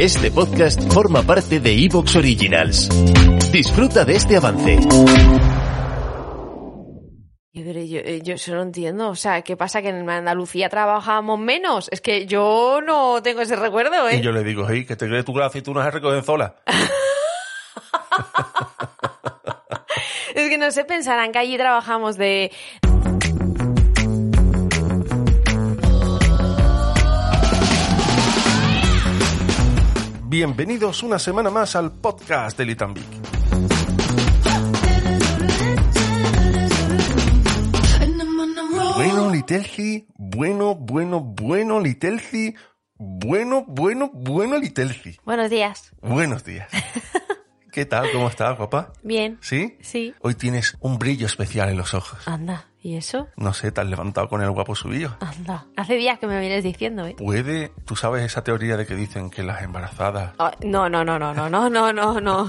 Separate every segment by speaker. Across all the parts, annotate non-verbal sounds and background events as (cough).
Speaker 1: Este podcast forma parte de Evox Originals. Disfruta de este avance.
Speaker 2: Pero yo, eh, yo eso no entiendo. O sea, ¿qué pasa? ¿Que en Andalucía trabajábamos menos? Es que yo no tengo ese recuerdo, ¿eh?
Speaker 3: Y yo le digo, hey, ¿qué te crees tú que las aceitunas se recogen solas?
Speaker 2: Es que no sé, pensarán que allí trabajamos de...
Speaker 3: Bienvenidos una semana más al podcast de Litambic. Bueno, Litelci, bueno, bueno, bueno, Litelci, bueno, bueno, bueno, Litelci.
Speaker 2: Buenos días.
Speaker 3: Buenos días. ¿Qué tal? ¿Cómo estás, guapa?
Speaker 2: Bien.
Speaker 3: ¿Sí?
Speaker 2: Sí.
Speaker 3: Hoy tienes un brillo especial en los ojos.
Speaker 2: Anda, ¿y eso?
Speaker 3: No sé, te has levantado con el guapo
Speaker 2: Ah.
Speaker 3: subido.
Speaker 2: Anda. Hace días que me vienes diciendo, ¿eh?
Speaker 3: Puede, tú sabes esa teoría de que dicen que las embarazadas
Speaker 2: Ah, No, no, no, no, no, no, no, no, no,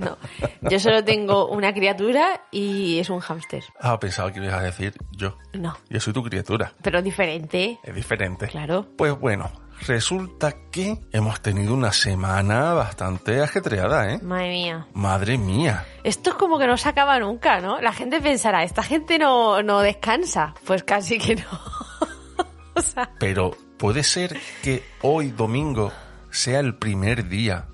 Speaker 2: no. Yo solo tengo una criatura y es un hámster.
Speaker 3: Ah, pensaba que ibas a decir yo.
Speaker 2: No,
Speaker 3: Yo soy tu criatura.
Speaker 2: pero diferente, ¿eh?
Speaker 3: Es diferente.
Speaker 2: claro.
Speaker 3: Pues bueno, resulta que hemos tenido una semana bastante ajetreada, ¿eh?
Speaker 2: Madre mía.
Speaker 3: Madre mía.
Speaker 2: Esto es como que no se acaba nunca, ¿no? La gente pensará, esta gente no, no descansa. Pues casi que no. o sea,
Speaker 3: Pero puede ser que hoy domingo sea el primer día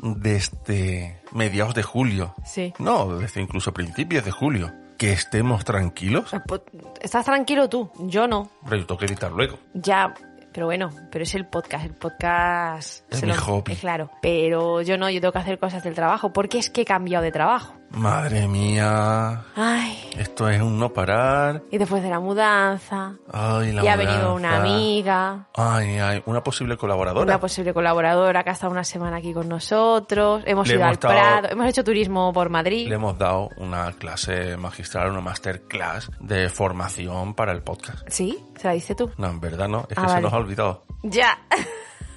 Speaker 3: desde mediados de julio.
Speaker 2: (laughs) sí.
Speaker 3: No, desde incluso principios de julio. Que estemos tranquilos.
Speaker 2: Pues, Estás tranquilo tú, yo no.
Speaker 3: Pero yo tengo que editar luego.
Speaker 2: Ya, pero bueno, pero es el podcast, el podcast...
Speaker 3: Es
Speaker 2: se
Speaker 3: mi hobby.
Speaker 2: eh, Claro, pero yo no, yo tengo que hacer cosas del trabajo, porque es que he cambiado de trabajo.
Speaker 3: Madre mía.
Speaker 2: Ay,
Speaker 3: Esto es un no parar.
Speaker 2: y después de la mudanza,
Speaker 3: Ay, la
Speaker 2: y ha venido una
Speaker 3: mudanza.
Speaker 2: amiga,
Speaker 3: Ay, ay, una posible colaboradora.
Speaker 2: una posible colaboradora que ha estado una semana aquí con nosotros, hemos
Speaker 3: Le
Speaker 2: ido
Speaker 3: hemos
Speaker 2: al
Speaker 3: estado-
Speaker 2: Prado, hemos hecho turismo por Madrid.
Speaker 3: Le hemos dado una clase magistral, una masterclass de formación para el podcast.
Speaker 2: ¿Sí? ¿Se la dice tú?
Speaker 3: No, en verdad no, es que
Speaker 2: Ah,
Speaker 3: se
Speaker 2: vale.
Speaker 3: nos ha olvidado.
Speaker 2: Ya.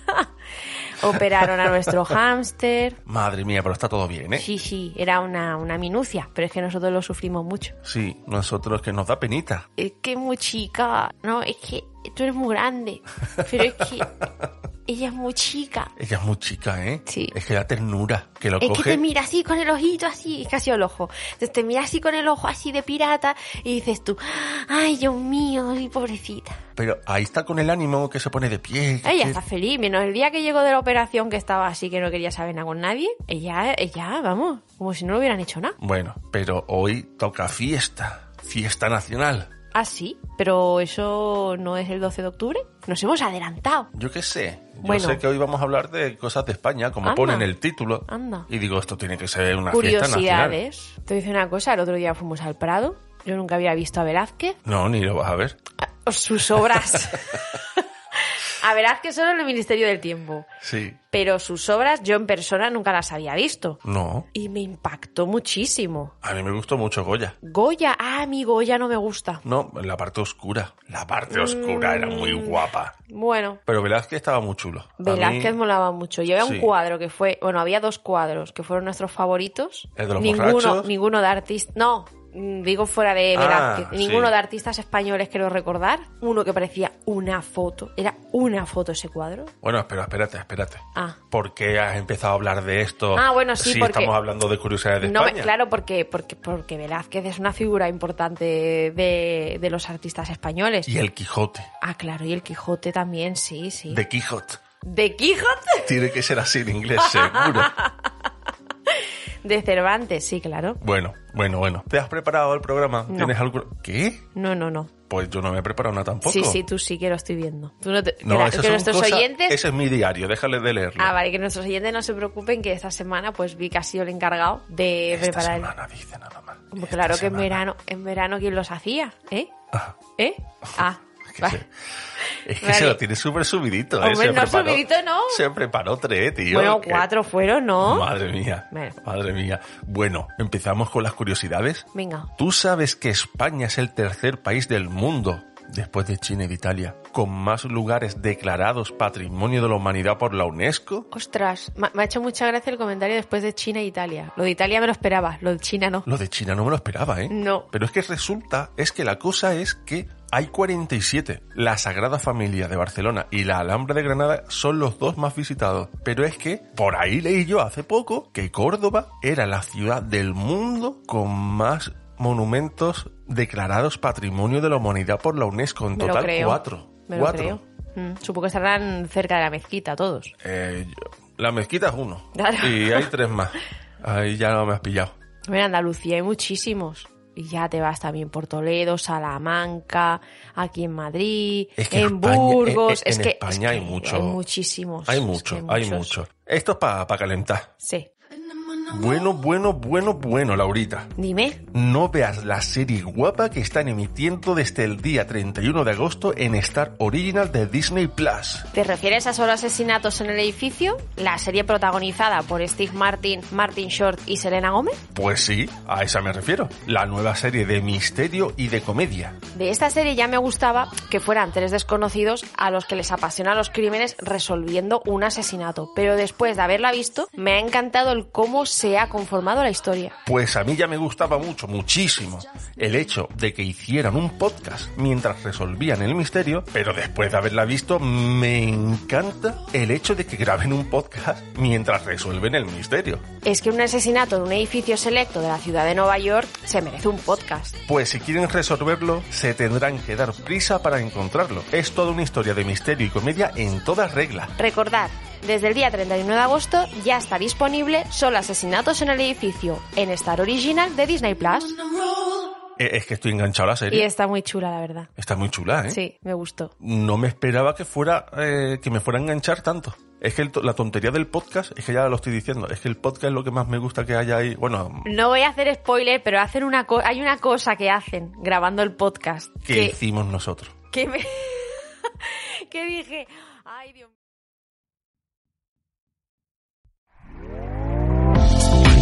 Speaker 2: (laughs) Operaron a nuestro hámster.
Speaker 3: Madre mía, pero está todo bien, ¿eh?
Speaker 2: Sí, sí, era una, una minucia, pero es que nosotros lo sufrimos mucho.
Speaker 3: Sí, nosotros que nos da penita.
Speaker 2: Es que es muy chica, no, es que tú eres muy grande, pero es que
Speaker 3: (laughs)
Speaker 2: ella es muy chica.
Speaker 3: Ella es muy chica, ¿eh?
Speaker 2: Sí.
Speaker 3: Es que da ternura, que lo
Speaker 2: Es que
Speaker 3: coge.
Speaker 2: te mira así con el ojito así, es casi el ojo. Entonces te mira así con el ojo así de pirata y dices tú, ay Dios mío, y pobrecita.
Speaker 3: Pero ahí está con el ánimo que se pone de pie. que-
Speaker 2: Ella está feliz, menos el día que llegó de la operación que estaba así que no quería saber nada con nadie. Ella, ella, vamos, como si no le hubieran hecho nada.
Speaker 3: Bueno, pero hoy toca fiesta, fiesta nacional.
Speaker 2: Ah, sí, pero eso no es el 12 de octubre. Nos hemos adelantado.
Speaker 3: Yo qué sé. Yo
Speaker 2: Bueno.
Speaker 3: sé que hoy vamos a hablar de cosas de España, como
Speaker 2: Anda.
Speaker 3: pone en el título.
Speaker 2: Anda.
Speaker 3: Y digo, esto tiene que ser una fiesta nacional.
Speaker 2: Curiosidades. Te dice una cosa, el otro día fuimos al Prado. Yo nunca había visto a Velázquez.
Speaker 3: No, ni lo vas a ver.
Speaker 2: Ah, Sus
Speaker 3: (laughs)
Speaker 2: obras. a Velázquez solo en el Ministerio del Tiempo.
Speaker 3: Sí.
Speaker 2: Pero sus obras yo en persona nunca las había visto.
Speaker 3: No.
Speaker 2: Y me impactó muchísimo.
Speaker 3: A mí me gustó mucho Goya.
Speaker 2: Goya, ah, mi Goya no me gusta.
Speaker 3: No, la parte oscura. La parte oscura era muy
Speaker 2: Mm.
Speaker 3: guapa.
Speaker 2: Bueno,
Speaker 3: Pero Velázquez estaba muy chulo. A mí,
Speaker 2: Velázquez molaba mucho. Y había un
Speaker 3: Sí.
Speaker 2: cuadro que fue, bueno, había dos cuadros que fueron nuestros favoritos.
Speaker 3: El de los
Speaker 2: ninguno,
Speaker 3: borrachos.
Speaker 2: ninguno de artistas, no, mm, digo fuera de
Speaker 3: Ah,
Speaker 2: Velázquez,
Speaker 3: sí.
Speaker 2: ninguno de artistas españoles quiero recordar. Uno que parecía una foto, era una foto ese cuadro.
Speaker 3: Bueno, pero espérate, espérate.
Speaker 2: Ah.
Speaker 3: ¿Por qué has empezado a hablar de esto?
Speaker 2: Ah, bueno, sí,
Speaker 3: si
Speaker 2: porque-
Speaker 3: estamos hablando de curiosidades de
Speaker 2: No, me-
Speaker 3: España.
Speaker 2: claro, porque, porque, porque Velázquez es una figura importante de, de los artistas españoles.
Speaker 3: Y el Quijote.
Speaker 2: Ah, claro, y el Quijote también, sí, sí.
Speaker 3: De Quijote.
Speaker 2: ¿De Quijote?
Speaker 3: Tiene que ser así en inglés, seguro.
Speaker 2: De Cervantes, sí, claro.
Speaker 3: bueno, bueno, bueno. ¿Te has preparado el programa?
Speaker 2: No.
Speaker 3: ¿Tienes algo? ¿Qué?
Speaker 2: No, no, no.
Speaker 3: Pues yo no me he preparado nada tampoco.
Speaker 2: Sí, sí, tú sí que lo estoy viendo. Tú no te-
Speaker 3: No,
Speaker 2: que la-
Speaker 3: esas
Speaker 2: que
Speaker 3: son
Speaker 2: nuestros
Speaker 3: cosas-
Speaker 2: oyentes.
Speaker 3: Ese es mi diario, déjale de leerlo.
Speaker 2: Ah, vale, que nuestros oyentes no se preocupen que esta semana pues Vic ha sido el encargado de
Speaker 3: Esta
Speaker 2: preparar.
Speaker 3: semana dice nada más.
Speaker 2: Como
Speaker 3: Esta
Speaker 2: claro que en
Speaker 3: semana.
Speaker 2: verano, en verano quién los hacía, ¿eh?
Speaker 3: Ah. (laughs)
Speaker 2: ¿Eh? Ah,
Speaker 3: Es que,
Speaker 2: vale.
Speaker 3: se, es que
Speaker 2: Vale.
Speaker 3: se lo tiene súper subidito. ¿eh?
Speaker 2: Hombre,
Speaker 3: se
Speaker 2: no,
Speaker 3: preparó-
Speaker 2: subidito no.
Speaker 3: Se preparó tres, tío.
Speaker 2: Bueno,
Speaker 3: que-
Speaker 2: cuatro fueron, ¿no?
Speaker 3: Madre mía.
Speaker 2: Bueno.
Speaker 3: Madre mía. Bueno, empezamos con las curiosidades.
Speaker 2: Venga.
Speaker 3: ¿Tú sabes que España es el tercer país del mundo, después de China y de Italia, con más lugares declarados Patrimonio de la Humanidad por la UNESCO?
Speaker 2: Ostras, me me ha hecho mucha gracia el comentario después de China e Italia. Lo de Italia me lo esperaba, lo de China no.
Speaker 3: Lo de China no me lo esperaba, ¿eh?
Speaker 2: No.
Speaker 3: Pero es que resulta, es que la cosa es que Hay 47. La Sagrada Familia de Barcelona y la Alhambra de Granada son los dos más visitados. Pero es que por ahí leí yo hace poco que Córdoba era la ciudad del mundo con más monumentos declarados Patrimonio de la Humanidad por la UNESCO. En
Speaker 2: Me lo
Speaker 3: total,
Speaker 2: creo.
Speaker 3: cuatro.
Speaker 2: Me
Speaker 3: Cuatro.
Speaker 2: lo creo. Mm, Supongo que estarán cerca de la mezquita todos.
Speaker 3: Eh, yo- la mezquita es uno.
Speaker 2: Claro.
Speaker 3: Y hay tres más. Ahí ya no me has pillado.
Speaker 2: En Andalucía hay muchísimos. Y ya te vas también por Toledo, Salamanca, aquí en Madrid,
Speaker 3: Es que
Speaker 2: en
Speaker 3: España- en-
Speaker 2: Burgos.
Speaker 3: en-
Speaker 2: es
Speaker 3: en
Speaker 2: que,
Speaker 3: España
Speaker 2: es que
Speaker 3: hay mucho.
Speaker 2: Hay muchísimos.
Speaker 3: Hay
Speaker 2: es que
Speaker 3: mucho, hay
Speaker 2: muchos.
Speaker 3: mucho. Esto es para calentar.
Speaker 2: Sí.
Speaker 3: Bueno, bueno, bueno, bueno, Laurita.
Speaker 2: Dime.
Speaker 3: No veas la serie guapa que están emitiendo desde el día 31 de agosto en Star Original de Disney Plus.
Speaker 2: ¿Te refieres a solo asesinatos en el edificio? ¿La serie protagonizada por Steve Martin, Martin Short y Selena Gómez?
Speaker 3: Pues sí, a esa me refiero. La nueva serie de misterio y de comedia.
Speaker 2: De esta serie ya me gustaba que fueran tres desconocidos a los que les apasionan los crímenes resolviendo un asesinato, pero después de haberla visto me ha encantado el cómo se ha conformado la historia.
Speaker 3: Pues a mí ya me gustaba mucho, muchísimo, el hecho de que hicieran un podcast mientras resolvían el misterio, pero después de haberla visto me encanta el hecho de que graben un podcast mientras resuelven el misterio.
Speaker 2: Es que un asesinato en un edificio selecto de la ciudad de Nueva York se merece un podcast.
Speaker 3: Pues si quieren resolverlo, se tendrán que dar prisa para encontrarlo. Es toda una historia de misterio y comedia en todas reglas.
Speaker 2: Recordad, desde el día 31 de agosto ya está disponible Solo Asesinatos en el Edificio, en Star Original de Disney Plus.
Speaker 3: Eh, Es que estoy enganchado a la
Speaker 2: Y
Speaker 3: serie.
Speaker 2: está muy chula, la verdad.
Speaker 3: Está muy chula, ¿eh?
Speaker 2: Sí, me gustó.
Speaker 3: No me esperaba que fuera eh, que me fuera a enganchar tanto. Es que el to- la tontería del podcast, es que ya lo estoy diciendo, es que el podcast es lo que más me gusta que haya ahí. Bueno,
Speaker 2: No voy a hacer spoiler, pero hacen una co- hay una cosa que hacen grabando el podcast
Speaker 3: que
Speaker 2: que,
Speaker 3: hicimos nosotros.
Speaker 2: que me (laughs) que dije, ay Dios mío.